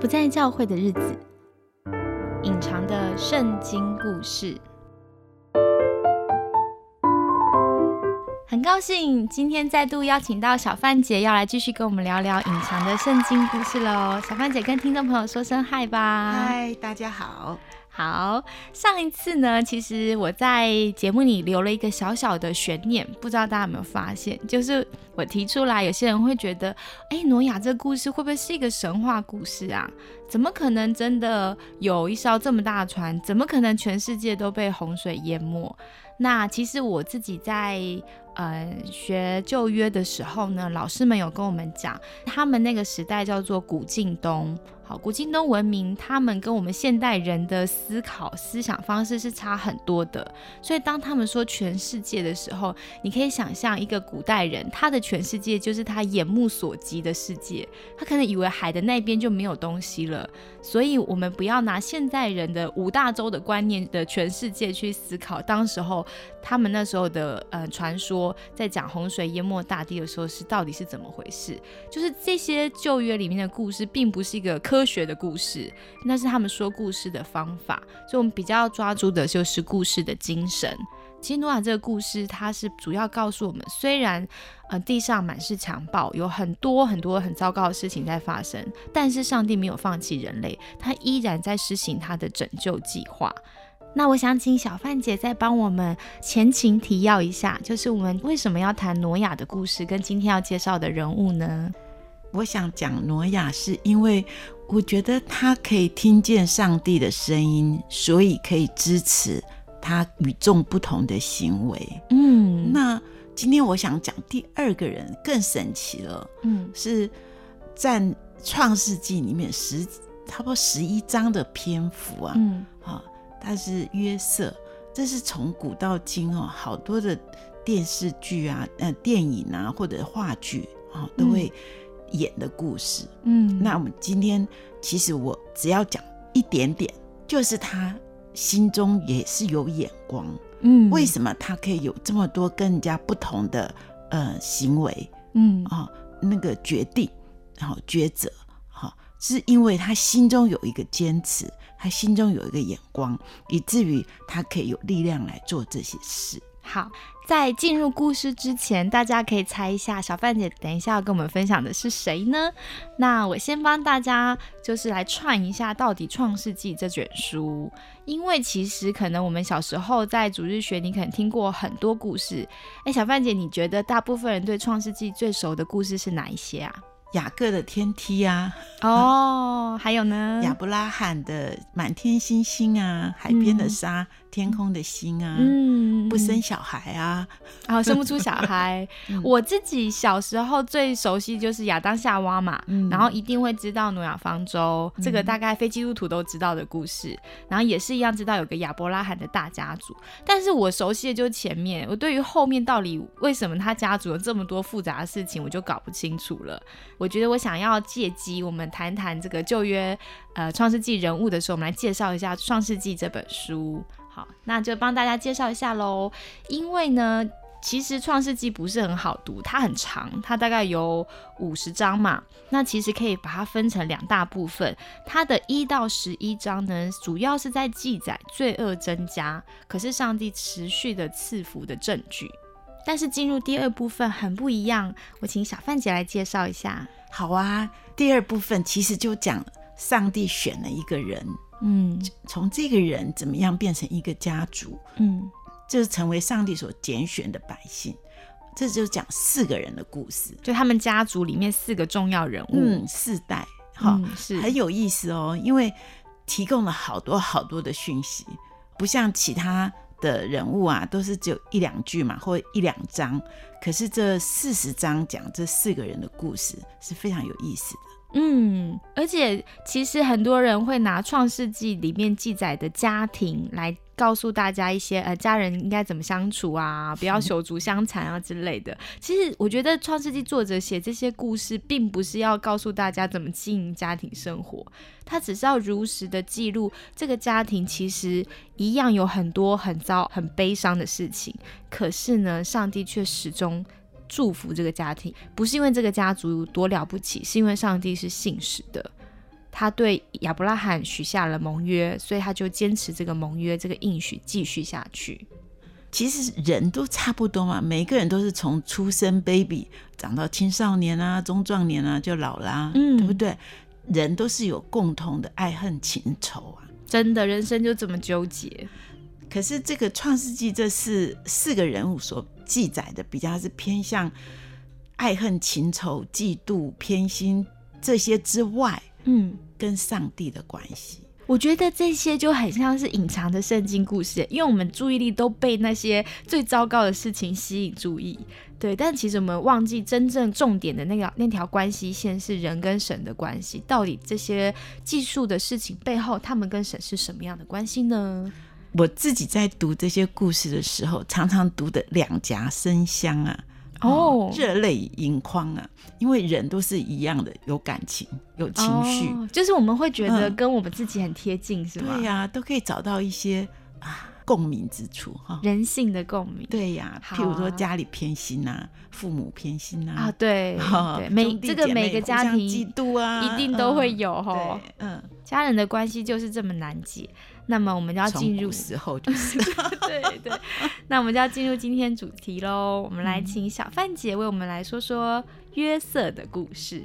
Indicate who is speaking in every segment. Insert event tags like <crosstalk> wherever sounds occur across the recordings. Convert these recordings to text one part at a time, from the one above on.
Speaker 1: 不在教会的日子，
Speaker 2: 隐藏的圣经故事。很高兴今天再度邀请到小范姐，要来继续跟我们聊聊隐藏的圣经故事喽。小范姐跟听众朋友说声嗨吧！
Speaker 3: 嗨，大家好。
Speaker 2: 好，上一次呢，其实我在节目里留了一个小小的悬念，不知道大家有没有发现？就是我提出来，有些人会觉得，哎，挪亚这故事会不会是一个神话故事啊？怎么可能真的有一艘这么大的船？怎么可能全世界都被洪水淹没？那其实我自己在呃学旧约的时候呢，老师们有跟我们讲，他们那个时代叫做古近东。好，古近东文明，他们跟我们现代人的思考、思想方式是差很多的。所以当他们说全世界的时候，你可以想象一个古代人，他的全世界就是他眼目所及的世界，他可能以为海的那边就没有东西了。所以，我们不要拿现代人的五大洲的观念的全世界去思考，当时候他们那时候的呃传说，在讲洪水淹没大地的时候是到底是怎么回事？就是这些旧约里面的故事，并不是一个科学的故事，那是他们说故事的方法。所以我们比较抓住的就是故事的精神。其实诺亚这个故事，它是主要告诉我们，虽然呃地上满是强暴，有很多很多很糟糕的事情在发生，但是上帝没有放弃人类，他依然在施行他的拯救计划。那我想请小范姐再帮我们前情提要一下，就是我们为什么要谈挪亚的故事，跟今天要介绍的人物呢？
Speaker 3: 我想讲挪亚，是因为我觉得他可以听见上帝的声音，所以可以支持他与众不同的行为。
Speaker 2: 嗯
Speaker 3: 那今天我想讲第二个人更神奇了，
Speaker 2: 嗯
Speaker 3: 是占《创世纪》里面十差不多十一章的篇幅啊，
Speaker 2: 嗯
Speaker 3: 啊，他是约瑟，这是从古到今哦，好多的电视剧啊、呃电影啊或者话剧啊都会演的故事。
Speaker 2: 嗯
Speaker 3: 那我们今天其实我只要讲一点点，就是他心中也是有眼光，
Speaker 2: 嗯
Speaker 3: 为什么他可以有这么多跟人家不同的呃行为
Speaker 2: 嗯
Speaker 3: 啊、那个决定，然、后抉择，哈、是因为他心中有一个坚持，他心中有一个眼光，以至于他可以有力量来做这些事。
Speaker 2: 好，在进入故事之前，大家可以猜一下小范姐等一下要跟我们分享的是谁呢？那我先帮大家就是来串一下，到底《创世纪》这卷书，因为其实可能我们小时候在主日学，你可能听过很多故事。哎，小范姐，你觉得大部分人对《创世纪》最熟的故事是哪一些啊？
Speaker 3: 雅各的天梯啊，
Speaker 2: 哦，还有呢？
Speaker 3: 亚伯拉罕的满天星星啊，海边的沙，天空的星啊，
Speaker 2: 嗯
Speaker 3: 不生小孩啊，
Speaker 2: 啊，生不出小孩。
Speaker 3: <laughs> 嗯
Speaker 2: 我自己小时候最熟悉就是亚当夏娃嘛，
Speaker 3: 嗯
Speaker 2: 然后一定会知道挪亚方舟、这个大概非基督徒都知道的故事，然后也是一样知道有个亚伯拉罕的大家族。但是我熟悉的就是前面，我对于后面到底为什么他家族有这么多复杂的事情，我就搞不清楚了。我觉得我想要借机我们谈谈这个旧约呃创世纪人物的时候，我们来介绍一下《创世纪》这本书。好，那就帮大家介绍一下喽。因为呢，其实《创世纪》不是很好读，它很长，它大概有五十章嘛。那其实可以把它分成两大部分。它的一到十一章呢，主要是在记载罪恶增加，可是上帝持续的赐福的证据。但是进入第二部分很不一样，我请小范姐来介绍一下。
Speaker 3: 好啊。第二部分其实就讲上帝选了一个人，
Speaker 2: 嗯
Speaker 3: 从这个人怎么样变成一个家族，
Speaker 2: 嗯
Speaker 3: 这是成为上帝所拣选的百姓。这就讲四个人的故事，
Speaker 2: 就他们家族里面四个重要人物。
Speaker 3: 嗯，四代哈，
Speaker 2: 嗯是
Speaker 3: 很有意思哦，因为提供了好多好多的讯息，不像其他的人物啊，都是只有一两句嘛，或一两章。可是这四十章讲这四个人的故事是非常有意思的。
Speaker 2: 嗯，而且其实很多人会拿《创世纪》里面记载的家庭来告诉大家一些呃家人应该怎么相处啊，不要手足相残啊之类的。其实我觉得《创世纪》作者写这些故事，并不是要告诉大家怎么经营家庭生活，他只是要如实的记录这个家庭其实一样有很多很糟、很悲伤的事情，可是呢，上帝却始终祝福这个家庭，不是因为这个家族多了不起，是因为上帝是信实的。他对亚伯拉罕许下了盟约，所以他就坚持这个盟约这个应许继续下去。
Speaker 3: 其实人都差不多嘛，每个人都是从出生 baby 长到青少年啊、中壮年啊，就老啦、
Speaker 2: 嗯
Speaker 3: 对不对？人都是有共同的爱恨情仇啊。
Speaker 2: 真的，人生就这么纠结。
Speaker 3: 可是这个《创世纪》这是四个人物所记载的，比较是偏向爱恨情仇、嫉妒、偏心这些之外，
Speaker 2: 嗯，
Speaker 3: 跟上帝的关系。
Speaker 2: 我觉得这些就很像是隐藏的圣经故事，因为我们注意力都被那些最糟糕的事情吸引注意，对。但其实我们忘记真正重点的那个那条关系线是人跟神的关系，到底这些技术的事情背后，他们跟神是什么样的关系呢？
Speaker 3: 我自己在读这些故事的时候，常常读的两颊生香啊，
Speaker 2: 哦
Speaker 3: 热泪盈眶啊，因为人都是一样的，有感情，有情绪，
Speaker 2: 哦就是我们会觉得
Speaker 3: 嗯
Speaker 2: 跟我们自己很贴近，是吗？
Speaker 3: 对呀、都可以找到一些啊共鸣之处哈。
Speaker 2: 人性的共鸣。
Speaker 3: 对呀、
Speaker 2: 嗯好啊
Speaker 3: 譬如说家里偏心啊，父母偏心啊，
Speaker 2: 啊，对
Speaker 3: 哈
Speaker 2: 对，每
Speaker 3: 兄弟
Speaker 2: 这个
Speaker 3: 姐妹
Speaker 2: 每个
Speaker 3: 互
Speaker 2: 家
Speaker 3: 相
Speaker 2: 庭
Speaker 3: 嫉妒啊，
Speaker 2: 一定都会有
Speaker 3: 嗯。
Speaker 2: 吼。
Speaker 3: 对，嗯，
Speaker 2: 家人的关系就是这么难解。那么我们就要进
Speaker 3: 从
Speaker 2: 入
Speaker 3: 古，时候
Speaker 2: <laughs>
Speaker 3: 就是，
Speaker 2: 对对，那我们就要进入今天主题喽。我们来请小范姐为我们来说说约瑟的故事。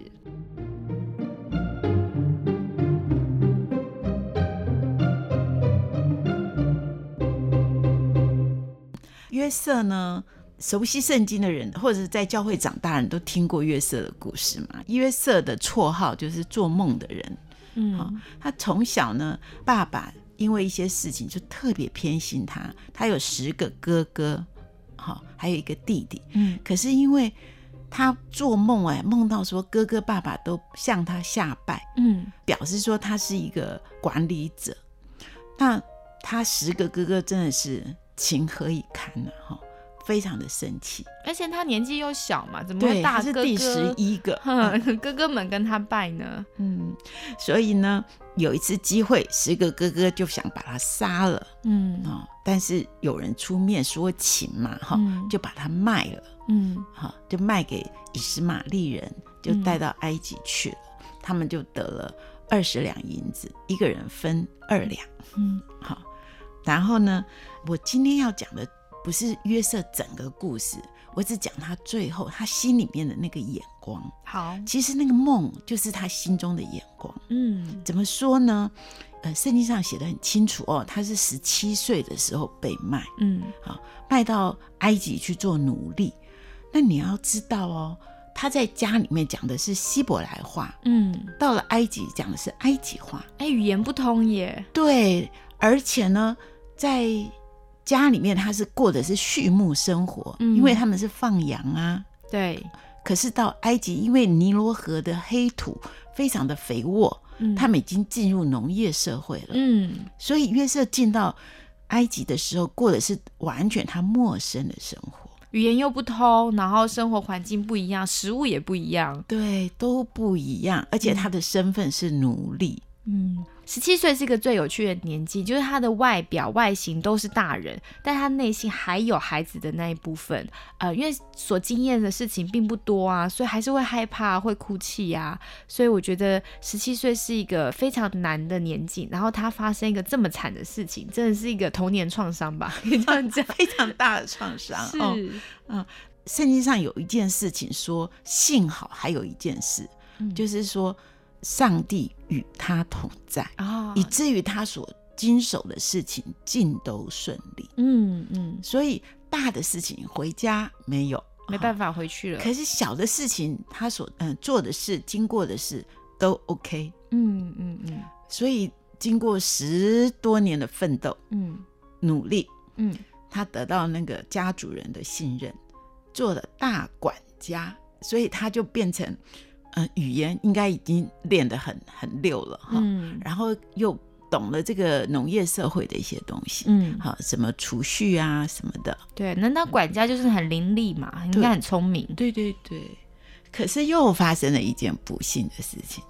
Speaker 3: 约瑟呢，熟悉圣经的人，或者是在教会长大的人都听过约瑟的故事嘛。约瑟的绰号就是做梦的人。好
Speaker 2: 嗯，
Speaker 3: 他从小呢，爸爸因为一些事情就特别偏心他。他有十个哥哥，好、还有一个弟弟。
Speaker 2: 嗯，
Speaker 3: 可是因为他做梦哎，梦到说哥哥爸爸都向他下拜，
Speaker 2: 嗯，
Speaker 3: 表示说他是一个管理者。那他十个哥哥真的是情何以堪呐、啊！哈、非常的生气。
Speaker 2: 而且他年纪又小嘛，怎么
Speaker 3: 对，
Speaker 2: 会
Speaker 3: 他
Speaker 2: 大
Speaker 3: 是
Speaker 2: 哥哥？
Speaker 3: 第十一个。
Speaker 2: 哼， <laughs> 哥哥们跟他拜呢。
Speaker 3: 嗯，所以呢，有一次机会，十个哥哥就想把他杀了
Speaker 2: 嗯
Speaker 3: 啊、但是有人出面说情嘛，哈、
Speaker 2: 嗯
Speaker 3: 就把他卖了，
Speaker 2: 嗯
Speaker 3: 哈、就卖给以实玛利人，就带到埃及去了。他们就得了二十两银子，一个人分二两。 <laughs>
Speaker 2: 嗯
Speaker 3: 好，然后呢，我今天要讲的不是约瑟整个故事，我只讲他最后他心里面的那个眼光。
Speaker 2: 好，
Speaker 3: 其实那个梦就是他心中的眼光。
Speaker 2: 嗯
Speaker 3: 怎么说呢？呃，圣经上写的很清楚哦，他是十七岁的时候被卖，
Speaker 2: 嗯
Speaker 3: 卖到埃及去做奴隶。那你要知道哦，他在家里面讲的是希伯来话，
Speaker 2: 嗯，
Speaker 3: 到了埃及讲的是埃及话。
Speaker 2: 哎，语言不通耶。
Speaker 3: 对，而且呢，在家里面他是过的是畜牧生活，
Speaker 2: 嗯
Speaker 3: 因为他们是放羊啊。
Speaker 2: 对，
Speaker 3: 可是到埃及，因为尼罗河的黑土非常的肥沃，
Speaker 2: 嗯
Speaker 3: 他们已经进入农业社会了。
Speaker 2: 嗯
Speaker 3: 所以约瑟进到埃及的时候，过的是完全他陌生的生活，
Speaker 2: 语言又不通，然后生活环境不一样，食物也不一样。
Speaker 3: 对，都不一样。而且他的身份是奴隶， <laughs>
Speaker 2: 嗯，十七岁是一个最有趣的年纪，就是他的外表、外形都是大人，但他内心还有孩子的那一部分。呃，因为所经验的事情并不多啊，所以还是会害怕、会哭泣啊。所以我觉得十七岁是一个非常难的年纪，然后他发生一个这么惨的事情，真的是一个童年创伤吧？可以这样
Speaker 3: <laughs>
Speaker 2: 讲。
Speaker 3: 非常大的创
Speaker 2: <laughs>
Speaker 3: 伤。
Speaker 2: 是，
Speaker 3: 哦，圣经上有一件事情说，幸好还有一件事，
Speaker 2: 嗯
Speaker 3: 就是说上帝与他同在，
Speaker 2: 啊
Speaker 3: 以，至于他所经手的事情尽都顺利。
Speaker 2: 嗯嗯，
Speaker 3: 所以大的事情回家没有，
Speaker 2: 没
Speaker 3: 法。
Speaker 2: 办法回去了。
Speaker 3: 可是小的事情，他所嗯、做的事、经过的事都 OK，
Speaker 2: 嗯嗯嗯
Speaker 3: 所以经过十多年的奋斗
Speaker 2: 嗯
Speaker 3: 努力，
Speaker 2: 嗯，
Speaker 3: 他得到那个家主人的信任，做了大管家，所以他就变成嗯、呃语言应该已经练得很很溜了哈，
Speaker 2: 嗯
Speaker 3: 然后又懂了这个农业社会的一些东西。
Speaker 2: 嗯，
Speaker 3: 好，什么储蓄啊什么的，
Speaker 2: 对，难道管家就是很伶俐嘛？应该很聪明。
Speaker 3: 嗯对对对，可是又发生了一件不幸的事情，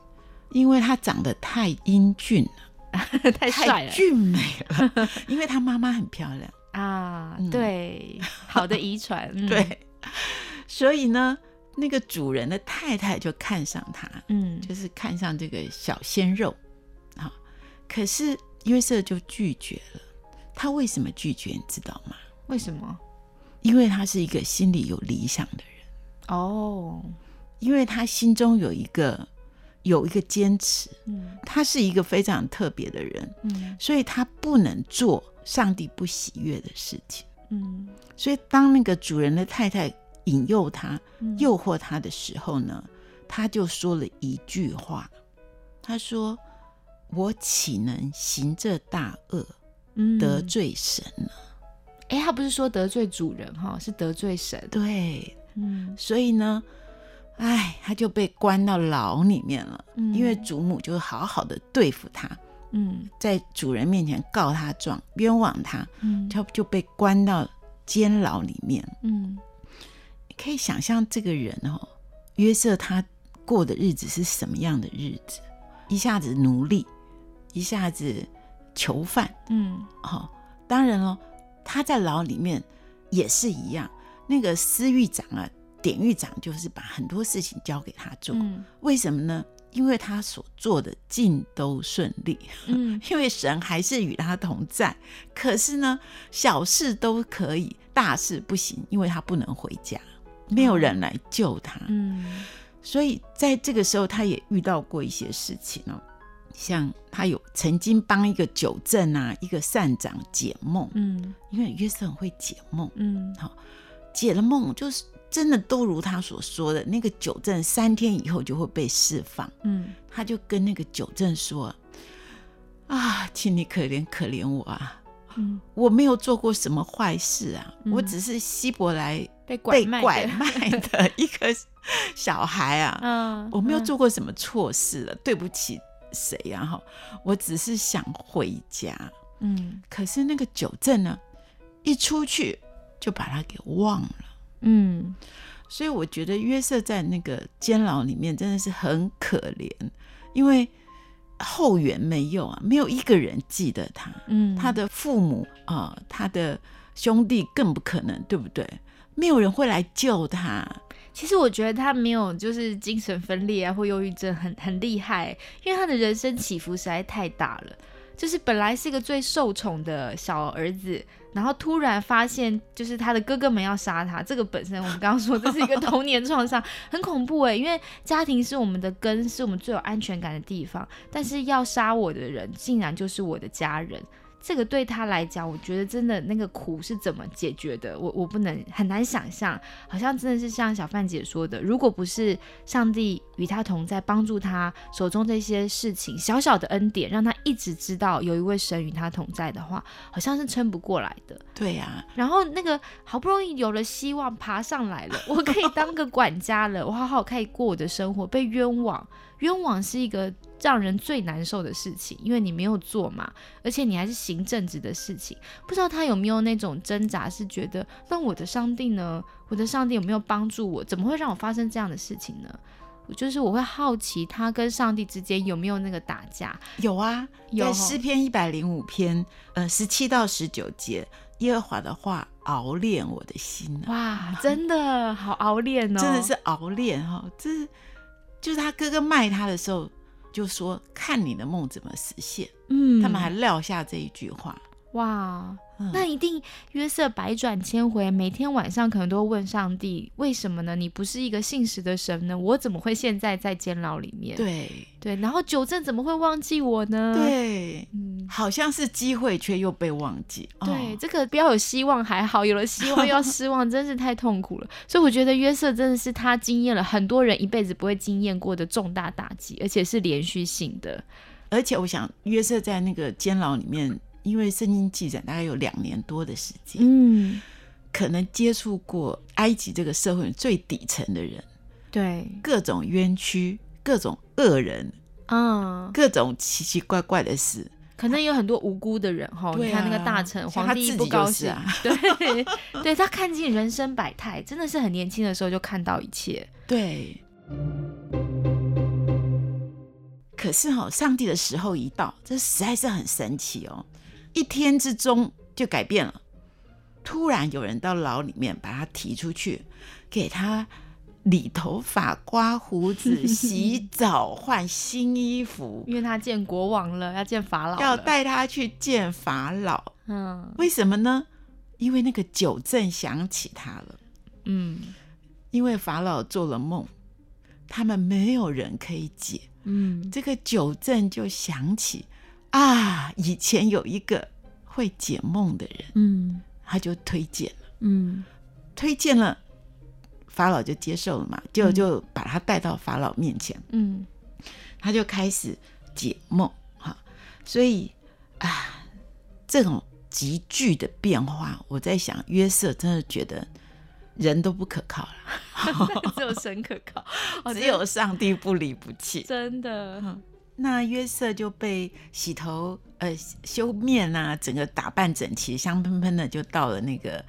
Speaker 3: 因为他长得太英俊了，
Speaker 2: 太帅
Speaker 3: <laughs> 太
Speaker 2: 了
Speaker 3: 俊美了， <laughs> 因为他妈妈很漂亮，
Speaker 2: 啊
Speaker 3: 嗯！ <laughs>
Speaker 2: 对，好的遗传，嗯
Speaker 3: 对，所以呢，那个主人的太太就看上他，
Speaker 2: 嗯，
Speaker 3: 就是看上这个小鲜肉啊。可是约瑟就拒绝了。他为什么拒绝？你知道吗？
Speaker 2: 为什么？
Speaker 3: 因为他是一个心里有理想的人，
Speaker 2: 哦，
Speaker 3: 因为他心中有一个有一个坚持，
Speaker 2: 嗯
Speaker 3: 他是一个非常特别的人，
Speaker 2: 嗯
Speaker 3: 所以他不能做上帝不喜悦的事情。
Speaker 2: 嗯
Speaker 3: 所以当那个主人的太太引诱他、
Speaker 2: 嗯
Speaker 3: 诱惑他的时候呢，他就说了一句话，他说：“我岂能行这大恶，
Speaker 2: 嗯
Speaker 3: 得罪神呢
Speaker 2: 哎，他不是说得罪主人哈，是得罪神？”。
Speaker 3: 对，
Speaker 2: 嗯
Speaker 3: 所以呢，哎，他就被关到牢里面了，
Speaker 2: 嗯
Speaker 3: 因为主母就好好的对付他，
Speaker 2: 嗯
Speaker 3: 在主人面前告他状，冤枉他，
Speaker 2: 嗯
Speaker 3: 他就被关到监牢里面。
Speaker 2: 嗯
Speaker 3: 你可以想象这个人哦，约瑟他过的日子是什么样的日子？一下子奴隶，一下子囚犯，
Speaker 2: 嗯
Speaker 3: 哦，当然了，他在牢里面也是一样。那个司狱长啊，典狱长就是把很多事情交给他做，
Speaker 2: 嗯
Speaker 3: 为什么呢？因为他所做的尽都顺利，
Speaker 2: 嗯
Speaker 3: 因为神还是与他同在。可是呢，小事都可以，大事不行，因为他不能回家，没有人来救他。
Speaker 2: 哦嗯
Speaker 3: 所以在这个时候，他也遇到过一些事情哦，像他有曾经帮一个九正啊，一个善长解梦，
Speaker 2: 嗯
Speaker 3: 因为约瑟很会解梦， <laughs>
Speaker 2: 嗯
Speaker 3: 解了梦就是真的都如他所说的，那个九正三天以后就会被释放。
Speaker 2: 嗯
Speaker 3: 他就跟那个九正说：“啊，请你可怜可怜我啊！
Speaker 2: 嗯，
Speaker 3: 我没有做过什么坏事啊，
Speaker 2: 嗯
Speaker 3: 我只是希伯来
Speaker 2: 被拐
Speaker 3: 被
Speaker 2: 卖的
Speaker 3: 拐，卖的一个小孩啊。
Speaker 2: 嗯，
Speaker 3: 我没有
Speaker 2: 嗯
Speaker 3: 做过什么错事了，对不起谁呀、哈，我只是想回家。
Speaker 2: 嗯
Speaker 3: 可是那个九正呢，一出去就把他给忘了。
Speaker 2: 嗯
Speaker 3: 所以我觉得约瑟在那个监牢里面真的是很可怜，因为后援没有啊，没有一个人记得他，
Speaker 2: 嗯，
Speaker 3: 他的父母啊、呃他的兄弟更不可能，对不对？没有人会来救他，
Speaker 2: 其实我觉得他没有就是精神分裂啊或忧郁症很很厉害，因为他的人生起伏实在太大了。就是本来是一个最受宠的小儿子，然后突然发现就是他的哥哥们要杀他，这个本身我们刚刚说这是一个童年创伤，很恐怖欸诶、因为家庭是我们的根，是我们最有安全感的地方，但是要杀我的人竟然就是我的家人。这个对他来讲，我觉得真的那个苦是怎么解决的，我我不能很难想象。好像真的是像小范姐说的，如果不是上帝与他同在，帮助他手中这些事情，小小的恩典，让他一直知道有一位神与他同在的话，好像是撑不过来的。
Speaker 3: 对呀、
Speaker 2: 然后那个好不容易有了希望，爬上来了，我可以当个管家了，我好好可以过我的生活。被冤枉，冤枉是一个让人最难受的事情，因为你没有做嘛，而且你还是行正职的事情。不知道他有没有那种挣扎，是觉得那我的上帝呢？我的上帝有没有帮助我？怎么会让我发生这样的事情呢？我就是我会好奇他跟上帝之间有没有那个打架，
Speaker 3: 有啊，
Speaker 2: 有
Speaker 3: 在
Speaker 2: 哦
Speaker 3: 诗篇一百零五篇，呃，十七到十九节，耶和华的话熬炼我的心啊。 <laughs>
Speaker 2: 哇，真的好熬练哦，
Speaker 3: 真的是熬练哈、哦，这是就是他哥哥卖他的时候就说看你的梦怎么实现，
Speaker 2: 嗯，
Speaker 3: 他们还撂下这一句话。
Speaker 2: 哇，
Speaker 3: 嗯
Speaker 2: 那一定约瑟百转千回，每天晚上可能都会问上帝：为什么呢？你不是一个信实的神呢？我怎么会现在在监牢里面？
Speaker 3: 对
Speaker 2: 对，然后九正怎么会忘记我呢？，
Speaker 3: 对，
Speaker 2: 嗯。
Speaker 3: 好像是机会却又被忘记。哦
Speaker 2: 对，这个不要有希望还好，有了希望又要失望，真是太痛苦了。所以我觉得约瑟真的是他经验了很多人一辈子不会经验过的重大打击，而且是连续性的。
Speaker 3: 而且我想约瑟在那个监牢里面，因为圣经记载大概有两年多的时间，
Speaker 2: 嗯，
Speaker 3: 可能接触过埃及这个社会最底层的人，
Speaker 2: 对，
Speaker 3: 各种冤屈，各种恶人，
Speaker 2: 嗯，
Speaker 3: 各种奇奇怪怪的事。
Speaker 2: 可能有很多无辜的人哈，
Speaker 3: 对啊
Speaker 2: 你看那个大臣
Speaker 3: 像
Speaker 2: 皇
Speaker 3: 他
Speaker 2: 帝
Speaker 3: 自己
Speaker 2: 不高
Speaker 3: 就是
Speaker 2: 兴，
Speaker 3: 啊
Speaker 2: <laughs> 对，对他看尽人生百态，真的是很年轻的时候就看到一切，
Speaker 3: 对。可是哈、上帝的时候一到，这实在是很神奇哦，一天之中就改变了。突然有人到牢里面把他提出去，给他理头发、刮
Speaker 2: <laughs>
Speaker 3: 胡子、洗澡、换新衣服，
Speaker 2: 因为他见国王了，要见 <laughs> 法老了，
Speaker 3: 要带他去见法老。
Speaker 2: 嗯
Speaker 3: 为什么呢？因为那个九正想起他了。
Speaker 2: 嗯
Speaker 3: 因为法老做了梦，他们没有人可以解。
Speaker 2: 嗯
Speaker 3: 这个九正就想起啊，以前有一个会解梦的人，
Speaker 2: 嗯
Speaker 3: 他就推荐了，
Speaker 2: 嗯
Speaker 3: 推荐了，法老就接受了嘛，就
Speaker 2: 嗯
Speaker 3: 就把他带到法老面前，
Speaker 2: 嗯
Speaker 3: 他就开始解梦哈。所以啊，这种急剧的变化，我在想，约瑟真的觉得人都不可靠了，
Speaker 2: 嗯 <laughs> 只有神可靠，哦
Speaker 3: 只有上帝不离不弃。
Speaker 2: 真
Speaker 3: <laughs>
Speaker 2: 的，
Speaker 3: 嗯那约瑟就被洗头、呃修面啊，整个打扮整齐、香喷喷的，就到了那个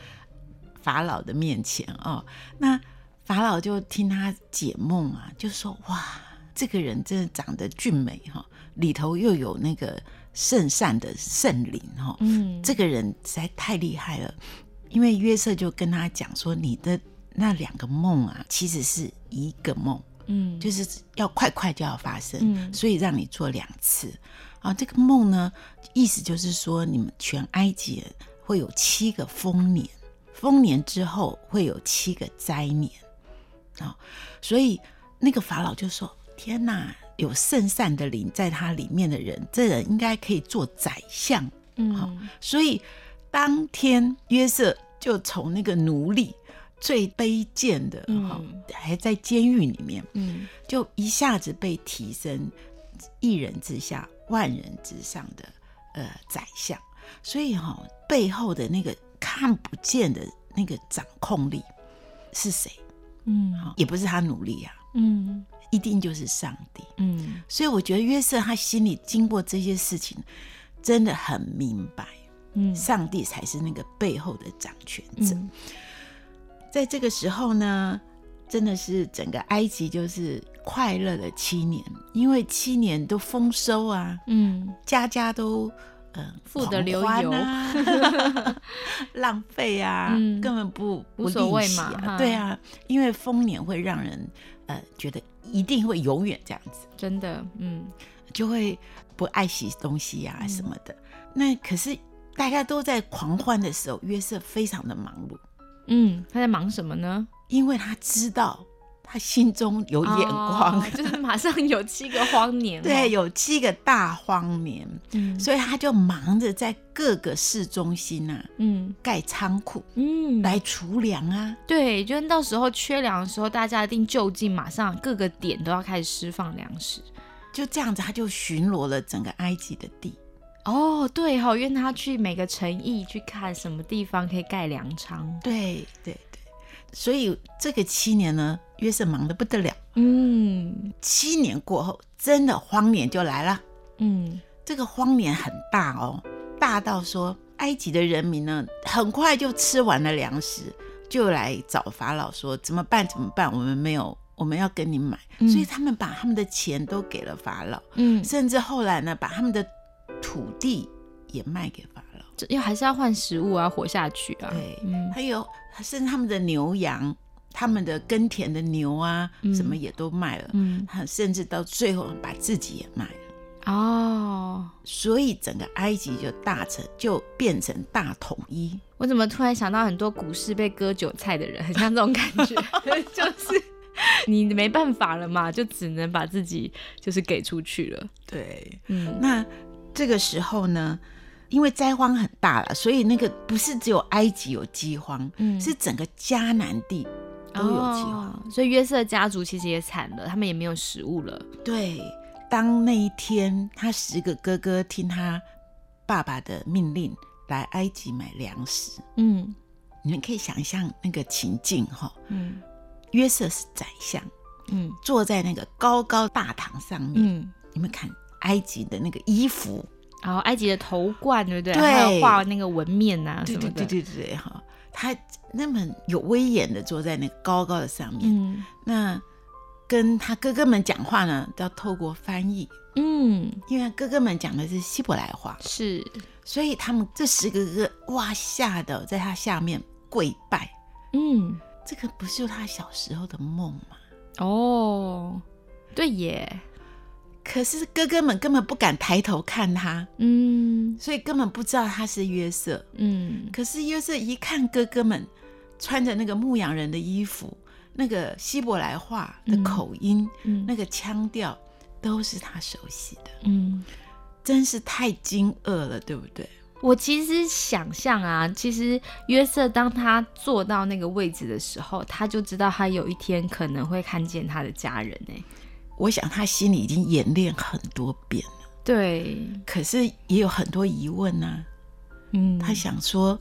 Speaker 3: 法老的面前哦。那法老就听他解梦啊，就说：“哇，这个人真的长得俊美哈、里头又有那个圣善的圣灵哈、
Speaker 2: 嗯
Speaker 3: 这个人实在太厉害了。”因为约瑟就跟他讲说：“你的那两个梦啊，其实是一个梦。”
Speaker 2: 嗯
Speaker 3: 就是要快快就要发生，
Speaker 2: 嗯
Speaker 3: 所以让你做两次啊。这个梦呢，意思就是说你们全埃及人会有七个丰年，丰年之后会有七个灾年啊。所以那个法老就说：“天哪，有圣善的灵在他里面的人，这人应该可以做宰相。”
Speaker 2: 嗯
Speaker 3: 所以当天约瑟就从那个奴隶最卑贱的哈、
Speaker 2: 嗯
Speaker 3: 还在监狱里面，
Speaker 2: 嗯
Speaker 3: 就一下子被提升一人之下万人之上的呃宰相，所以哈、背后的那个看不见的那个掌控力是谁？
Speaker 2: 嗯
Speaker 3: 也不是他努力啊，
Speaker 2: 嗯
Speaker 3: 一定就是上帝。
Speaker 2: 嗯
Speaker 3: 所以我觉得约瑟他心里经过这些事情，真的很明白，
Speaker 2: 嗯
Speaker 3: 上帝才是那个背后的掌权者。
Speaker 2: 嗯
Speaker 3: 在这个时候呢，真的是整个埃及就是快乐了七年，因为七年都丰收啊，
Speaker 2: 嗯
Speaker 3: 家家都嗯
Speaker 2: 富得流油
Speaker 3: 狂欢啊， <laughs> 浪费啊，
Speaker 2: 嗯
Speaker 3: 根本不
Speaker 2: 无所谓
Speaker 3: 嘛、
Speaker 2: 嘛哈
Speaker 3: 啊，对啊，因为丰年会让人呃觉得一定会永远这样子，
Speaker 2: 真的，嗯
Speaker 3: 就会不爱惜东西啊什么的。那可是大家都在狂欢的时候，约瑟非常的忙碌。
Speaker 2: 嗯，他在忙什么呢？
Speaker 3: 因为他知道他心中有眼 <laughs> 光，
Speaker 2: 哦就是马上有七个荒
Speaker 3: <laughs>
Speaker 2: 年，
Speaker 3: 对，
Speaker 2: 有，
Speaker 3: 有七个大荒年，
Speaker 2: 嗯
Speaker 3: 所以他就忙着在各个市中心啊
Speaker 2: 嗯
Speaker 3: 盖仓库
Speaker 2: 嗯，
Speaker 3: 来储粮啊。
Speaker 2: 对，就是到时候缺粮的时候，大家一定就近，马上各个点都要开始释放粮食。
Speaker 3: 就这样子，他就巡逻了整个埃及的地。
Speaker 2: 哦，对哈、哦，因为他去每个城邑去看什么地方可以盖粮仓。
Speaker 3: 对对对，所以这个七年呢，约瑟忙得不得了。
Speaker 2: 嗯
Speaker 3: 七年过后，真的荒年就来了。
Speaker 2: 嗯
Speaker 3: 这个荒年很大哦，大到说埃及的人民呢，很快就吃完了粮食，就来找法老说怎么办？怎么办？我们没有，我们要跟你买，
Speaker 2: 嗯
Speaker 3: 所以他们把他们的钱都给了法老，
Speaker 2: 嗯，
Speaker 3: 甚至后来呢，把他们的土地也卖给法老。
Speaker 2: 这又还是要换食物啊，活下去啊。
Speaker 3: 对
Speaker 2: 嗯
Speaker 3: 还有甚至他们的牛羊、他们的耕田的牛啊，
Speaker 2: 嗯
Speaker 3: 什么也都卖了，啊
Speaker 2: 嗯
Speaker 3: 甚至到最后把自己也卖了。
Speaker 2: 哦，
Speaker 3: 所以整个埃及就大成，就变成大统一。
Speaker 2: 我怎么突然想到很多股市被割韭菜的人，很像这种感 <laughs> 觉，就是你没办法了嘛，就只能把自己就是给出去了。
Speaker 3: 对，
Speaker 2: 嗯
Speaker 3: 那这个时候呢，因为灾荒很大了，所以那个不是只有埃及有饥荒，
Speaker 2: 嗯
Speaker 3: 是整个迦南地都有饥荒。
Speaker 2: 哦所以约瑟家族其实也惨了，他们也没有食物了。
Speaker 3: 对，当那一天，他十个哥哥听他爸爸的命令来埃及买粮食，
Speaker 2: 嗯
Speaker 3: 你们可以想象那个情境哈、
Speaker 2: 嗯
Speaker 3: 约瑟是宰相，
Speaker 2: 嗯
Speaker 3: 坐在那个高高大堂上面，
Speaker 2: 嗯。
Speaker 3: 你们看埃及的那个衣服，
Speaker 2: 然后埃及的头冠，对不对？
Speaker 3: 对
Speaker 2: 还有画那个纹面啊什么
Speaker 3: 对对
Speaker 2: 的。
Speaker 3: 对对对对哈，他那么有威严的坐在那个高高的上面，
Speaker 2: 嗯
Speaker 3: 那跟他哥哥们讲话呢，都要透过翻译，
Speaker 2: 嗯，
Speaker 3: 因为他哥哥们讲的是希伯来话，
Speaker 2: 是
Speaker 3: 所以他们这十个哥哥哇吓得在他下面跪拜。
Speaker 2: 嗯
Speaker 3: 这个不是他小时候的梦吗？
Speaker 2: 哦，对耶，
Speaker 3: 可是哥哥们根本不敢抬头看他，
Speaker 2: 嗯
Speaker 3: 所以根本不知道他是约瑟。
Speaker 2: 嗯，
Speaker 3: 可是约瑟一看哥哥们穿着那个牧羊人的衣服，那个希伯来话的口音，
Speaker 2: 嗯
Speaker 3: 那个腔调都是他熟悉的，
Speaker 2: 嗯，
Speaker 3: 真是太惊愕了，对不对？
Speaker 2: 我其实想象啊，其实约瑟当他坐到那个位置的时候，他就知道他有一天可能会看见他的家人哎、
Speaker 3: 我想他心里已经演练很多遍了，
Speaker 2: 对，
Speaker 3: 可是也有很多疑问呐、啊
Speaker 2: 嗯，
Speaker 3: 他想说，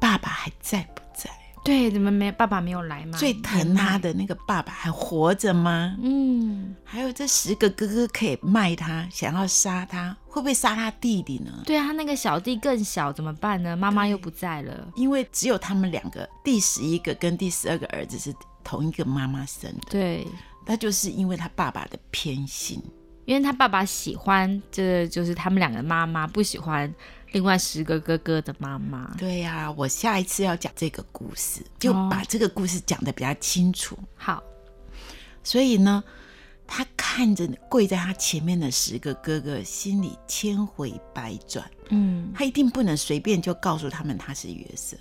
Speaker 3: 爸爸还在不在？
Speaker 2: 对，怎么没爸爸没有来吗？
Speaker 3: 最疼他的那个爸爸还活着吗？
Speaker 2: 嗯，
Speaker 3: 还有这十个哥哥可以卖他，想要杀他，会不会杀他弟弟呢？
Speaker 2: 对啊，他那个小弟更小，怎么办呢？妈妈又不在了。
Speaker 3: 因为只有他们两个，第十一个跟第十二个儿子是同一个妈妈生的，
Speaker 2: 对，
Speaker 3: 那就是因为他爸爸的偏心。
Speaker 2: 因为他爸爸喜欢，这就是他们两个妈妈不喜欢另外十个哥哥的妈妈。
Speaker 3: 对呀、我下一次要讲这个故事，就
Speaker 2: 哦
Speaker 3: 把这个故事讲得比较清楚。
Speaker 2: 好，
Speaker 3: 所以呢，他看着跪在他前面的十个哥哥，心里千回百转。
Speaker 2: 嗯
Speaker 3: 他一定不能随便就告诉他们他是约瑟，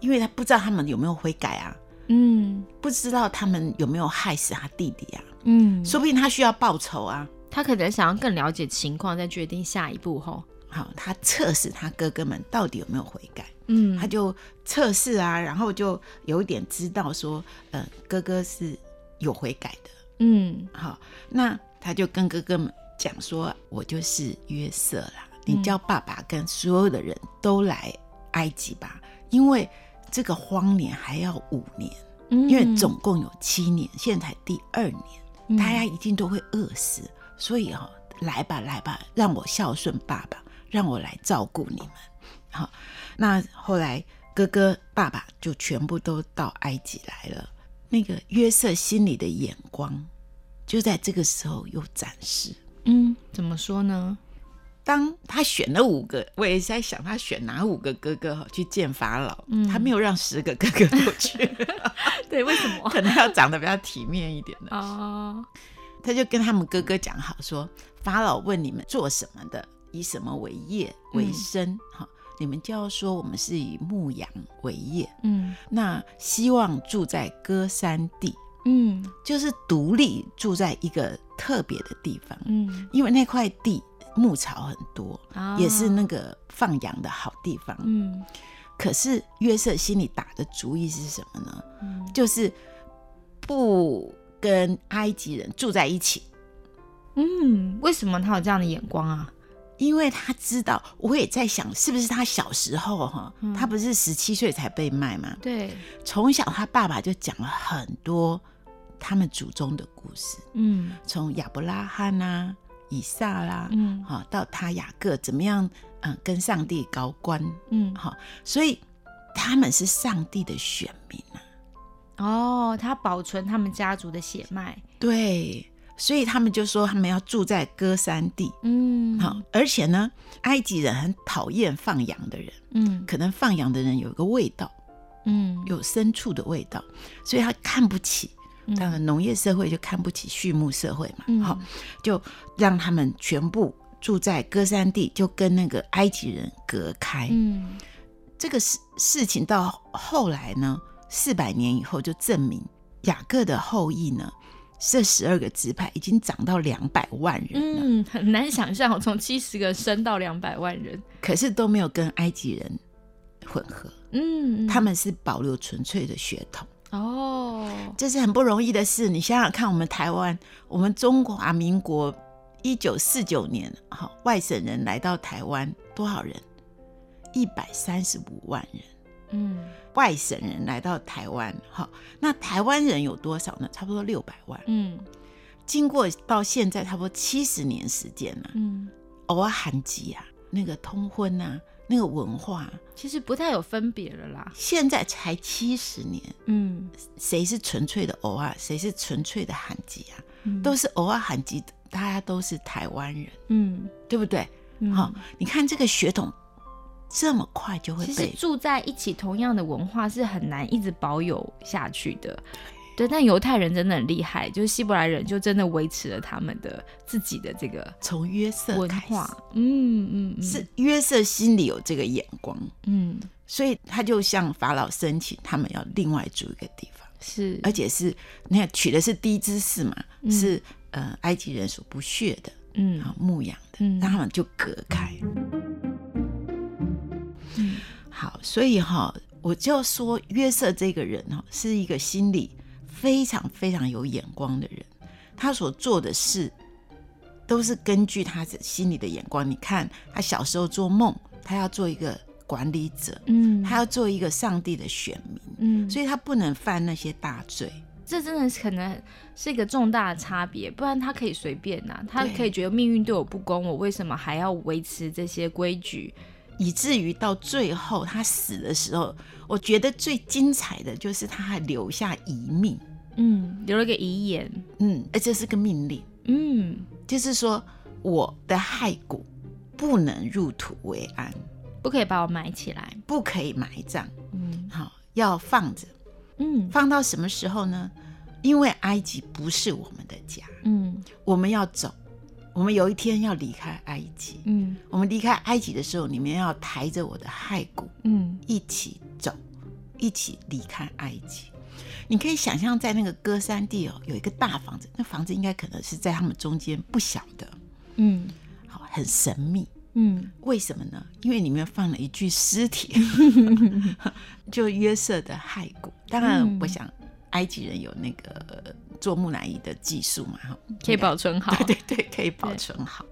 Speaker 3: 因为他不知道他们有没有悔改啊，
Speaker 2: 嗯
Speaker 3: 不知道他们有没有害死他弟弟啊，
Speaker 2: 嗯，
Speaker 3: 说不定他需要报仇啊。
Speaker 2: 他可能想要更了解情况，再决定下一步吼。
Speaker 3: 好，他测试他哥哥们到底有没有悔改，
Speaker 2: 嗯
Speaker 3: 他就测试啊，然后就有一点知道说，呃，哥哥是有悔改的。
Speaker 2: 嗯
Speaker 3: 好，那他就跟哥哥们讲说，我就是约瑟啦，你叫爸爸跟所有的人都来埃及吧，因为这个荒年还要五年，
Speaker 2: 嗯
Speaker 3: 因为总共有七年，现在才第二年。
Speaker 2: 嗯
Speaker 3: 大家一定都会饿死，所以哈、来吧来吧，让我孝顺爸爸，让我来照顾你们。好、那后来哥哥爸爸就全部都到埃及来了。那个约瑟心里的眼光，就在这个时候有展示。
Speaker 2: 嗯怎么说呢？
Speaker 3: 当他选了五个，我也是在想他选哪五个哥哥哈去见法老，
Speaker 2: 嗯
Speaker 3: 他没有让十个哥哥过去，
Speaker 2: <laughs> 对，为什 <laughs> 么？
Speaker 3: <laughs> 可能要长得比较体面一点的。
Speaker 2: 哦，
Speaker 3: 他就跟他们哥哥讲好说，法老问你们做什么的，以什么为业为生，哈、你们就要说我们是以牧羊为业，
Speaker 2: 嗯
Speaker 3: 那希望住在歌山地，
Speaker 2: 嗯
Speaker 3: 就是独立住在一个特别的地方，
Speaker 2: 嗯，
Speaker 3: 因为那块地牧草很多，
Speaker 2: 啊
Speaker 3: 也是那个放羊的好地方。
Speaker 2: 嗯
Speaker 3: 可是约瑟心里打的主意是什么呢？
Speaker 2: 嗯
Speaker 3: 就是不跟埃及人住在一起。
Speaker 2: 嗯，为什么他有这样的眼光啊？
Speaker 3: 因为他知道，我也在想，是不是他小时候哈，
Speaker 2: 嗯
Speaker 3: 他不是十七岁才被卖吗？
Speaker 2: 对，
Speaker 3: 从小他爸爸就讲了很多他们祖宗的故事，
Speaker 2: 嗯
Speaker 3: 从亚伯拉罕啊、以撒啦、
Speaker 2: 嗯
Speaker 3: 好、到他雅各怎么样，嗯，跟上帝高官，
Speaker 2: 嗯，
Speaker 3: 好、所以他们是上帝的选民啊，
Speaker 2: 哦，他保存他们家族的血脉。
Speaker 3: 对，所以他们就说他们要住在歌山地，
Speaker 2: 嗯，
Speaker 3: 好、，而且呢，埃及人很讨厌放羊的人。
Speaker 2: 嗯
Speaker 3: 可能放羊的人有一个味道，
Speaker 2: 嗯，
Speaker 3: 有牲畜的味道，所以他看不起。
Speaker 2: 嗯
Speaker 3: 当然，农业社会就看不起畜牧社会
Speaker 2: 嗯
Speaker 3: 嘛，好、就让他们全部住在歌山地，就跟那个埃及人隔开。
Speaker 2: 嗯
Speaker 3: 这个事事情到后来呢，四百年以后就证明雅各的后裔呢，这十二个支派已经涨到两百万人了，
Speaker 2: 嗯，很难想象，从七十个升到两百万人。
Speaker 3: 可是都没有跟埃及人混合，
Speaker 2: 嗯，
Speaker 3: 他们是保留纯粹的血统。
Speaker 2: 哦，
Speaker 3: 这是很不容易的事。你想想看，我们台湾，我们中华民国一九四九年，好，外省人来到台湾多少人？一百三十五万人。
Speaker 2: 嗯
Speaker 3: 外省人来到台湾，哈，那台湾人有多少呢？差不多六百万。
Speaker 2: 嗯
Speaker 3: 经过到现在差不多七十年时间了、
Speaker 2: 嗯，
Speaker 3: 偶尔韩籍啊，那个通婚啊，那个文化啊，
Speaker 2: 其实不太有分别了啦。
Speaker 3: 现在才七十年，
Speaker 2: 嗯，
Speaker 3: 谁是纯粹的偶尔，谁是纯粹的韩籍啊？
Speaker 2: 嗯
Speaker 3: 都是偶尔喊籍，大家都是台湾人，
Speaker 2: 嗯
Speaker 3: 对不对？
Speaker 2: 嗯
Speaker 3: 好、你看这个血统这么快就会
Speaker 2: 其实
Speaker 3: 被
Speaker 2: 住在一起同样的文化是很难一直保有下去的。对，但犹太人真的很厉害，就是希伯来人就真的维持了他们的自己的这个
Speaker 3: 从约瑟
Speaker 2: 文
Speaker 3: 开始
Speaker 2: 化，，嗯嗯，嗯
Speaker 3: 是约瑟心里有这个眼光，
Speaker 2: 嗯
Speaker 3: 所以他就向法老申请，他们要另外住一个地方，
Speaker 2: 是
Speaker 3: 而且是你看娶的是低姿势嘛，是呃埃及人所不屑的
Speaker 2: 嗯
Speaker 3: 啊牧羊的，
Speaker 2: 嗯
Speaker 3: 那他们就隔开。
Speaker 2: 嗯
Speaker 3: 好，所以哈、我就说约瑟这个人哦，是一个心里非常非常有眼光的人，他所做的事都是根据他的心里的眼光。你看，他小时候做梦，他要做一个管理者，
Speaker 2: 嗯，
Speaker 3: 他要做一个上帝的选民，
Speaker 2: 嗯，所
Speaker 3: 所以他不能犯那些大罪。
Speaker 2: 以这真的是可能是一个重大的差别，不然他可以随便呐、他
Speaker 3: 对
Speaker 2: 可以觉得命运对我不公，我为什么还要维持这些规矩？
Speaker 3: 以至于到最后他死的时候，我觉得最精彩的就是他还留下遗命，
Speaker 2: 嗯，留了个遗言，
Speaker 3: 嗯，而这是个命令，
Speaker 2: 嗯，
Speaker 3: 就是说我的骸骨不能入土为安，
Speaker 2: 不可以把我埋起来，
Speaker 3: 不可以埋葬，
Speaker 2: 嗯
Speaker 3: 好要放着，
Speaker 2: 嗯
Speaker 3: 放到什么时候呢？因为埃及不是我们的家，
Speaker 2: 嗯
Speaker 3: 我们要走，我们有一天要离开埃及。
Speaker 2: 嗯
Speaker 3: 我们离开埃及的时候，你们要抬着我的骸骨
Speaker 2: 嗯，
Speaker 3: 一起走，一起离开埃及。你可以想象，在那个歌山地哦，有一个大房子，那房子应该可能是在他们中间不小的，
Speaker 2: 嗯
Speaker 3: 好，很神秘。
Speaker 2: 嗯
Speaker 3: 为什么呢？因为里面放了一具尸体， <laughs> 就约瑟的骸骨。当然
Speaker 2: 嗯，
Speaker 3: 我想埃及人有那个做木乃伊的技术嘛，哈，
Speaker 2: 可以保存好，
Speaker 3: 对对对，可以保存好。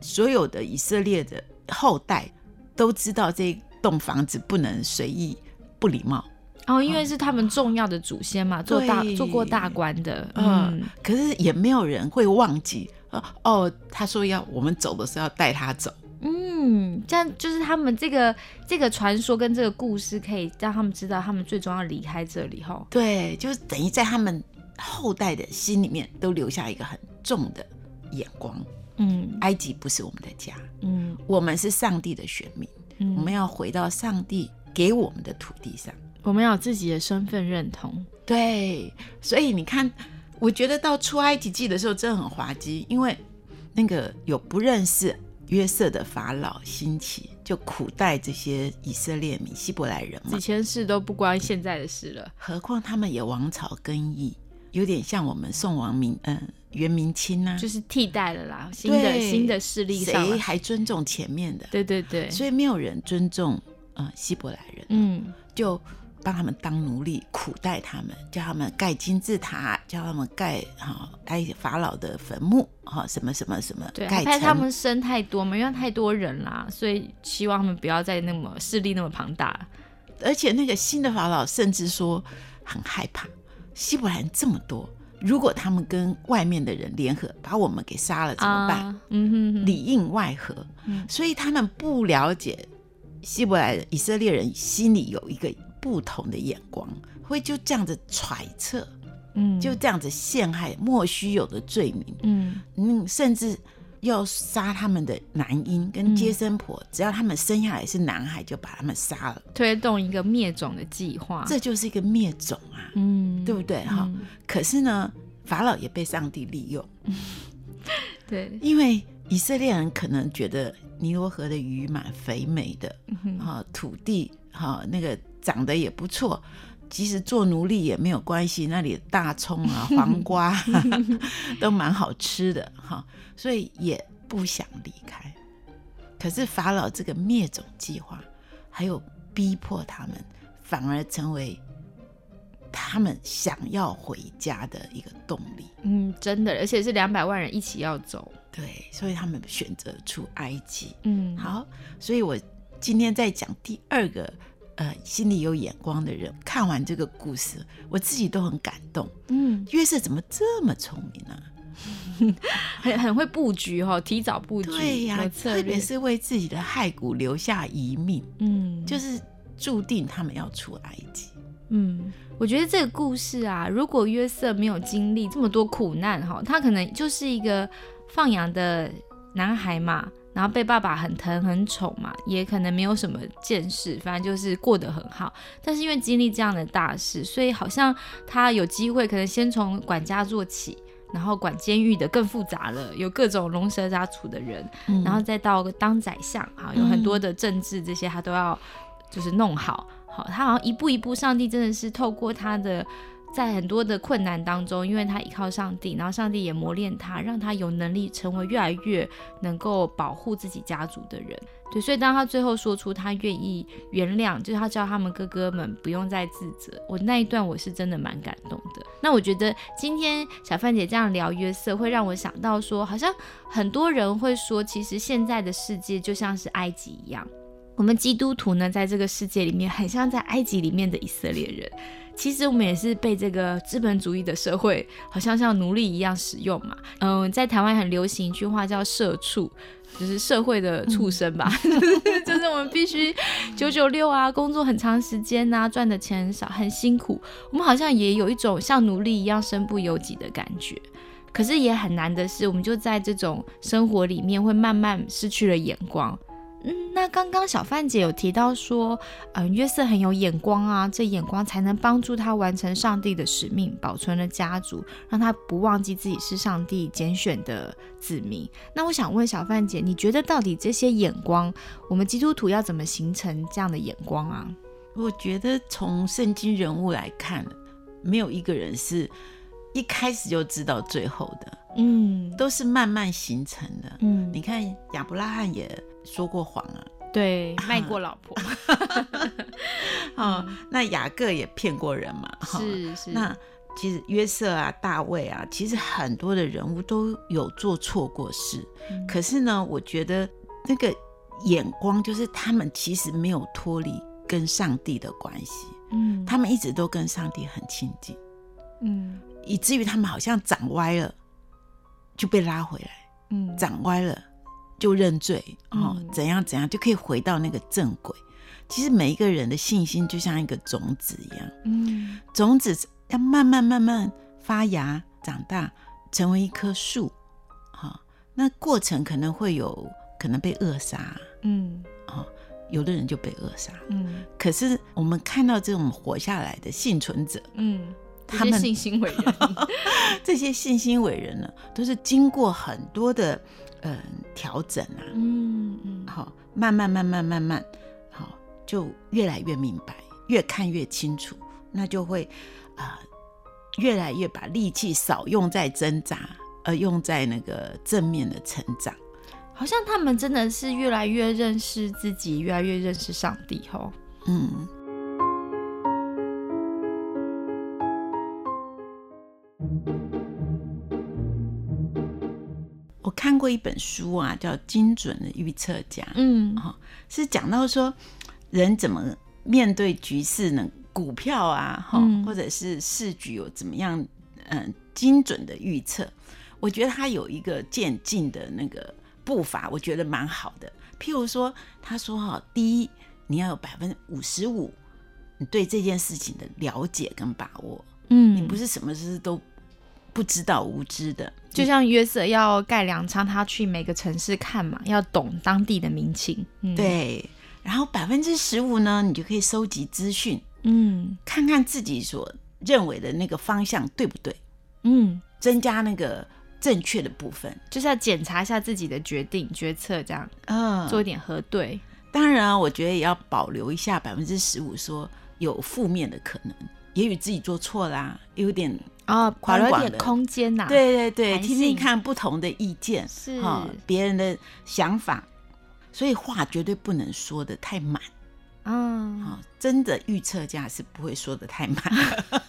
Speaker 3: 所有的以色列的后代都知道这栋房子不能随意不礼貌，
Speaker 2: 哦，因为是他们重要的祖先嘛，做大
Speaker 3: 对
Speaker 2: 做过大官的，
Speaker 3: 嗯
Speaker 2: 嗯，
Speaker 3: 可是也没有人会忘记。呃哦，他说要我们走的时候要带他走，
Speaker 2: 嗯，这样就是他们这个这个传说跟这个故事，可以让他们知道他们最终要离开这里后，
Speaker 3: 对，就是等于在他们后代的心里面都留下一个很重的眼光。
Speaker 2: 嗯
Speaker 3: 埃及不是我们的家，
Speaker 2: 嗯
Speaker 3: 我们是上帝的选民，
Speaker 2: 嗯，
Speaker 3: 我们要回到上帝给我们的土地上。
Speaker 2: 我们要有自己的身份认同，
Speaker 3: 对，所以你看，我觉得到出埃及记的时候真的很滑稽，因为那个有不认识约瑟的法老兴起，就苦待这些以色列民、希伯来人嘛
Speaker 2: 以。前事都不关现在的事了。
Speaker 3: 何况他们也王朝更易，有点像我们宋王明，嗯、元明清呐、啊，
Speaker 2: 就是替代了啦，新的
Speaker 3: 对
Speaker 2: 新的势力上
Speaker 3: 谁
Speaker 2: 来，
Speaker 3: 还尊重前面的？
Speaker 2: 对对对，
Speaker 3: 所以没有人尊重呃希伯来人，
Speaker 2: 嗯
Speaker 3: 就帮他们当奴隶，苦待他们，叫他们盖金字塔，叫他们盖哈埃及法老的坟墓，哈、什么什么什么，
Speaker 2: 对，
Speaker 3: 盖
Speaker 2: 还怕他
Speaker 3: 城。
Speaker 2: 们生太多嘛，因为太多人啦，所以希望他们不要再那么势力那么庞大。
Speaker 3: 而且那个新的法老甚至说很害怕，希伯来人这么多，如果他们跟外面的人联合把我们给杀了怎么办？
Speaker 2: 啊、嗯哼哼，
Speaker 3: 里应外合，
Speaker 2: 嗯
Speaker 3: 所以他们不了解希伯来人、以色列人心里有一个不同的眼光，会就这样子揣测，
Speaker 2: 嗯
Speaker 3: 就这样子陷害莫须有的罪名，
Speaker 2: 嗯
Speaker 3: 嗯，甚至要杀他们的男婴
Speaker 2: 嗯
Speaker 3: 跟接生婆，只要他们生下来是男孩，就把他们杀了，
Speaker 2: 推动一个灭种的计划，
Speaker 3: 这就是一个灭种啊，
Speaker 2: 嗯
Speaker 3: 对不对哈？
Speaker 2: 啊嗯
Speaker 3: 可是呢，法老也被上帝利用，
Speaker 2: 对，
Speaker 3: 因为以色列人可能觉得尼罗河的鱼蛮肥美的，啊、土地哈、那个长得也不错，即使做奴隶也没有关系，那里的大葱啊、黄瓜、都蛮好吃的哈、所以也不想离开。可是法老这个灭种计划，还有逼迫他们，反而成为他们想要回家的一个动力。
Speaker 2: 嗯，真的，而且是两百万人一起要走，
Speaker 3: 对，所以他们选择出埃及。
Speaker 2: 嗯，，
Speaker 3: 好，所以我今天在讲第二个呃心里有眼光的人。看完这个故事，我自己都很感动。
Speaker 2: 嗯，
Speaker 3: 约瑟怎么这么聪明呢、啊？
Speaker 2: 很很会布局哦，提早布局，
Speaker 3: 对呀、
Speaker 2: 有策
Speaker 3: 特
Speaker 2: 略
Speaker 3: 别，是为自己的骸骨留下遗命，
Speaker 2: 嗯，
Speaker 3: 就是注定他们要出埃及。
Speaker 2: 嗯，我觉得这个故事啊，如果约瑟没有经历这么多苦难哈，他可能就是一个放羊的男孩嘛，然后被爸爸很疼很宠嘛，也可能没有什么见识，反正就是过得很好。但是因为经历这样的大事，所以好像他有机会，可能先从管家做起，然后管监狱的更复杂了，有各种龙蛇杂处的人，
Speaker 3: 嗯
Speaker 2: 然后再到当宰相啊，有很多的政治这些他都要就是弄好。好，他好像一步一步，上帝真的是透过他的在很多的困难当中，因为他依靠上帝，然后上帝也磨练他，让他有能力成为越来越能够保护自己家族的人。对，所以当他最后说出他愿意原谅，就是他叫他们哥哥们不用再自责。我那一段我是真的蛮感动的。那我觉得今天小范姐这样聊约瑟，会让我想到说，好像很多人会说，其实现在的世界就像是埃及一样。我们基督徒呢，在这个世界里面，很像在埃及里面的以色列人。其实我们也是被这个资本主义的社会，好像像奴隶一样使用嘛。嗯，在台湾很流行一句话叫“社畜”，就是社会的畜生吧，就是我们必须九九六啊，工作很长时间呐、赚的钱很少，很辛苦。我们好像也有一种像奴隶一样身不由己的感觉。可是也很难的是，我们就在这种生活里面会慢慢失去了眼光。嗯，那刚刚小范姐有提到说，嗯、约瑟很有眼光啊，这眼光才能帮助他完成上帝的使命，保存了家族，让他不忘记自己是上帝拣选的子民。那我想问小范姐，你觉得到底这些眼光，我们基督徒要怎么形成这样的眼光啊？
Speaker 3: 我觉得从圣经人物来看，没有一个人是一开始就知道最后的，
Speaker 2: 嗯
Speaker 3: 都是慢慢形成的。
Speaker 2: 嗯，
Speaker 3: 你看亚伯拉罕也说过谎啊，
Speaker 2: 对，卖过老 <laughs> 婆，
Speaker 3: 哦，那雅各也骗过人嘛，哈
Speaker 2: 嗯是是，
Speaker 3: 那其实约瑟啊、大卫啊，其实很多的人物都有做错过事，
Speaker 2: 嗯
Speaker 3: 可是呢，我觉得那个眼光就是他们其实没有脱离跟上帝的关系，
Speaker 2: 嗯
Speaker 3: 他们一直都跟上帝很亲近，
Speaker 2: 嗯
Speaker 3: 以至于他们好像长歪了，就被拉回来，
Speaker 2: 嗯
Speaker 3: 长歪了就认罪哦
Speaker 2: 嗯，
Speaker 3: 怎样怎样就可以回到那个正轨。其实每一个人的信心就像一个种子一样。
Speaker 2: 嗯
Speaker 3: 种子要慢慢慢慢发芽、长大，成为一棵树。哈、那过程可能会有可能被扼杀，
Speaker 2: 嗯
Speaker 3: 有的人就被扼杀。
Speaker 2: 嗯
Speaker 3: 可是我们看到这种活下来的幸存者，
Speaker 2: 嗯，
Speaker 3: 他们
Speaker 2: 这些信心 <laughs> 伟人，
Speaker 3: 这些信心伟人呢，都是经过很多的嗯、呃调整啊，
Speaker 2: 嗯嗯
Speaker 3: 好、慢慢慢慢慢慢，好、就越来越明白，越看越清楚，那就会啊、呃越来越把力气少用在挣扎，而用在那个正面的成长。
Speaker 2: 好像他们真的是越来越认识自己，越来越认识上帝吼。
Speaker 3: 嗯，我看过一本书啊，叫《精准的预测家》，
Speaker 2: 嗯
Speaker 3: 是讲到说人怎么面对局势呢？股票啊，哈、
Speaker 2: 嗯
Speaker 3: 或者是市局有怎么样，嗯，精准的预测。我觉得他有一个渐进的那个步伐，我觉得蛮好的。譬如说，他说哈，第一，你要有百分之五十五，你对这件事情的了解跟把握，
Speaker 2: 嗯，
Speaker 3: 你不是什么事都不知道、无知的。
Speaker 2: 就像约瑟要盖粮仓，他去每个城市看嘛，要懂当地的民情。嗯，，
Speaker 3: 对，然后百分之十五呢，你就可以收集资讯，
Speaker 2: 嗯
Speaker 3: 看看自己所认为的那个方向对不对，
Speaker 2: 嗯，
Speaker 3: 增加那个正确的部分。
Speaker 2: 就是要检查一下自己的决定、决策，这样
Speaker 3: 嗯
Speaker 2: 做一点核对。
Speaker 3: 当然啊，我觉得也要保留一下百分之十五，说有负面的可能，也许自己做错啦，有点
Speaker 2: 哦，保
Speaker 3: 宽
Speaker 2: 留
Speaker 3: 广
Speaker 2: 一点
Speaker 3: 的哦
Speaker 2: 空间呐、，
Speaker 3: 对对对，
Speaker 2: 啊弹
Speaker 3: 听听
Speaker 2: 性
Speaker 3: 看不同的意见，
Speaker 2: 是
Speaker 3: 哈别人的想法，所以话绝对不能说的太满。
Speaker 2: 嗯
Speaker 3: 啊、真的预测家是不会说的太满。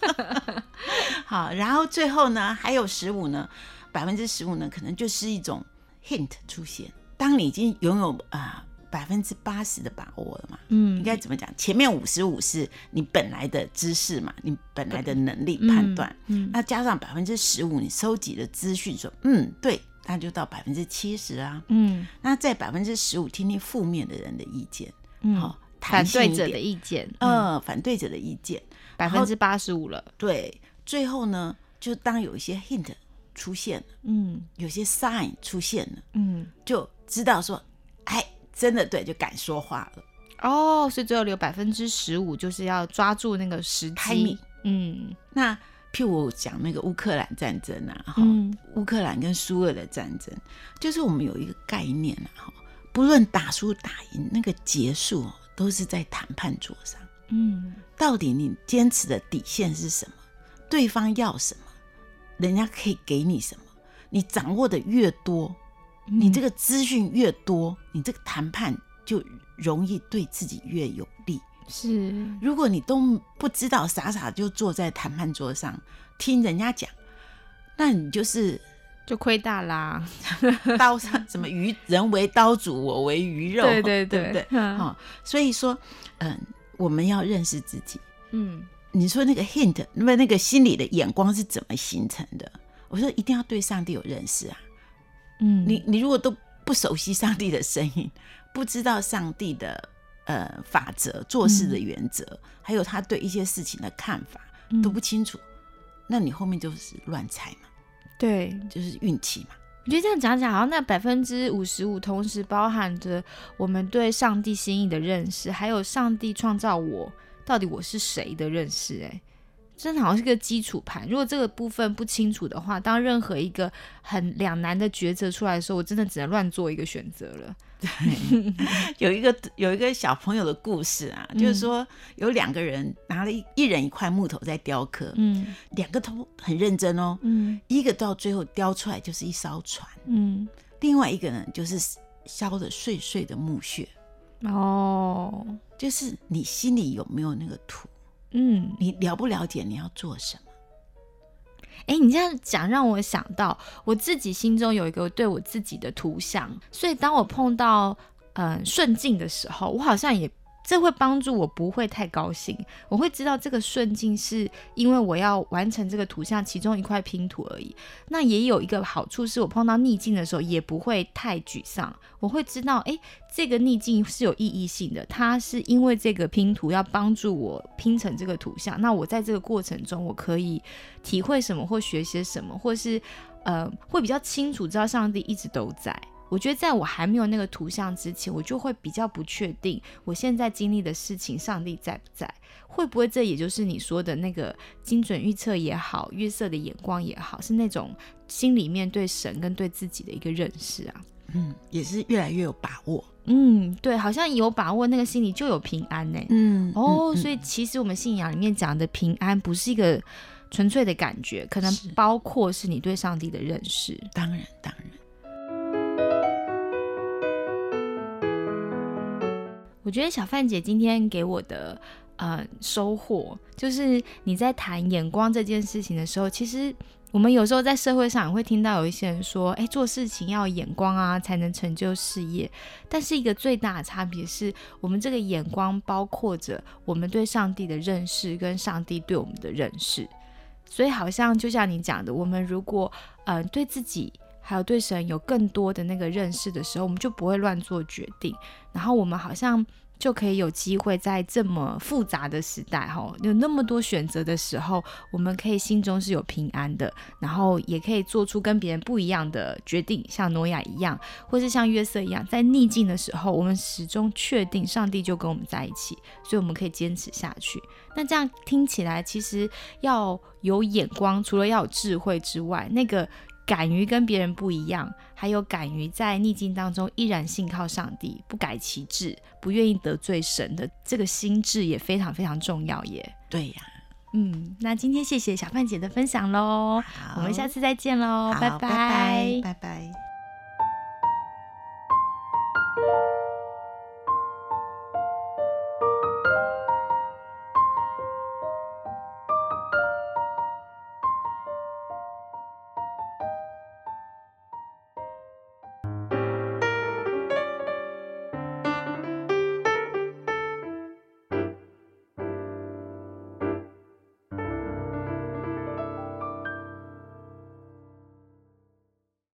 Speaker 2: <laughs>
Speaker 3: 好，然后最后呢，还有十五呢，百分之十五呢，可能就是一种 hint 出现。当你已经拥有啊百分之八十的把握了嘛，
Speaker 2: 嗯，
Speaker 3: 应该怎么讲？前面五十五是你本来的知识嘛，你本来的能力判断，
Speaker 2: 嗯，
Speaker 3: 那加上百分之十五你收集的资讯说，嗯，对，那就到百分之七十啊。
Speaker 2: 嗯
Speaker 3: 那在百分之十五听听负面的人的意见，
Speaker 2: 嗯，
Speaker 3: 好、
Speaker 2: 反
Speaker 3: 弹性一
Speaker 2: 对者
Speaker 3: 点哦
Speaker 2: 的意见，嗯，
Speaker 3: 呃，反对者的意见。
Speaker 2: 百分之八十五了，
Speaker 3: 对，最后呢，就当有一些 hint 出现了，
Speaker 2: 嗯
Speaker 3: 有些 sign 出现了，
Speaker 2: 嗯
Speaker 3: 就知道说，哎，真的对，就敢说话了。
Speaker 2: 哦，所以最后留百分之十五，就是要抓住那个时
Speaker 3: 开明
Speaker 2: 机。嗯
Speaker 3: 那譬如我讲那个乌克兰战争啊，哈、
Speaker 2: 嗯
Speaker 3: 乌克兰跟苏俄的战争，就是我们有一个概念啊，哈，不论打输打赢，那个结束哦都是在谈判桌上。
Speaker 2: 嗯
Speaker 3: 到底你坚持的底线是什么？对方要什么？人家可以给你什么？你掌握的越多，
Speaker 2: 嗯
Speaker 3: 你这个资讯越多，你这个谈判就容易对自己越有利。
Speaker 2: 是
Speaker 3: 如果你都不知道，傻傻就坐在谈判桌上听人家讲，那你就是
Speaker 2: 就亏大啦。
Speaker 3: 刀上 <laughs> 什么鱼人为刀俎，我为鱼肉，
Speaker 2: 对对
Speaker 3: 对不对？
Speaker 2: <laughs> 嗯
Speaker 3: 好、所以说，嗯、我们要认识自己。
Speaker 2: 嗯
Speaker 3: 你说那个 hint，那么那个心理的眼光是怎么形成的？我说一定要对上帝有认识啊！
Speaker 2: 嗯，
Speaker 3: 你你如果都不熟悉上帝的声音，不知道上帝的呃法则、做事的原则，还有他对一些事情的看法
Speaker 2: 嗯
Speaker 3: 都不清楚，那你后面就是乱猜嘛，
Speaker 2: 对，
Speaker 3: 就是运气嘛。
Speaker 2: 我觉得这样讲讲，好像那百分之五十五同时包含着我们对上帝心意的认识，还有上帝创造我到底我是谁的认识、欸。哎，真的好像是个基础盘。如果这个部分不清楚的话，当任何一个很两难的抉择出来的时候，我真的只能乱做一个选择了。
Speaker 3: 有一个有一个小朋友的故事啊，
Speaker 2: 嗯
Speaker 3: 就是说有两个人拿了一一人一块木头在雕刻，
Speaker 2: 嗯
Speaker 3: 两个都很认真哦，
Speaker 2: 嗯
Speaker 3: 一个到最后雕出来就是一艘船，
Speaker 2: 嗯，
Speaker 3: 另外一个呢就是烧的碎碎的木屑，
Speaker 2: 哦，
Speaker 3: 就是你心里有没有那个图，
Speaker 2: 嗯，
Speaker 3: 你了不了解你要做什么？
Speaker 2: 哎、你这样讲让我想到我自己心中有一个对我自己的图像，所以当我碰到嗯顺境的时候，我好像也这会帮助我不会太高兴，我会知道这个顺境是因为我要完成这个图像其中一块拼图而已。那也有一个好处是我碰到逆境的时候也不会太沮丧，我会知道哎、诶这个逆境是有意义性的，它是因为这个拼图要帮助我拼成这个图像，那我在这个过程中我可以。体会什么或学些什么，或是呃，会比较清楚知道上帝一直都在。我觉得在我还没有那个图像之前，我就会比较不确定我现在经历的事情，上帝在不在？会不会这也就是你说的那个精准预测也好，约瑟的眼光也好，是那种心里面对神跟对自己的一个认识啊？
Speaker 3: 嗯，也是越来越有把握。
Speaker 2: 嗯，对，好像有把握，那个心里就有平安呢、
Speaker 3: 嗯
Speaker 2: 哦，所
Speaker 3: 以
Speaker 2: 以其实我们信仰里面讲的平安，不是一个纯粹的感觉，可能
Speaker 3: 是
Speaker 2: 包括是你对上帝的认识。
Speaker 3: 当然当然，
Speaker 2: 我觉得小范姐今天给我的呃收获，就是你在谈眼光这件事情的时候，其实我们有时候在社会上也会听到有一些人说，哎，做事情要有眼光啊，才能成就事业。但是一个最大的差别是我们这个眼光包括着我们对上帝的认识跟上帝对我们的认识。所以好像就像你讲的，我们如果嗯、呃对自己还有对神有更多的那个认识的时候，我们就不会乱做决定。然后我们好像就可以有机会在这么复杂的时代，哈，有那么多选择的时候，我们可以心中是有平安的，然后也可以做出跟别人不一样的决定，像挪亚一样，或是像约瑟一样，在逆境的时候，我们始终确定上帝就跟我们在一起，所以我们可以坚持下去。那这样听起来，其实要有眼光，除了要有智慧之外，那个敢于跟别人不一样，还有敢于在逆境当中依然信靠上帝，不改其志，不愿意得罪神的这个心智也非常非常重要耶。
Speaker 3: 对呀、
Speaker 2: 嗯，那今天谢谢小范姐的分享喽，
Speaker 3: 好
Speaker 2: 我们下次再见喽，
Speaker 3: 好
Speaker 2: 哦拜
Speaker 3: 拜拜拜拜。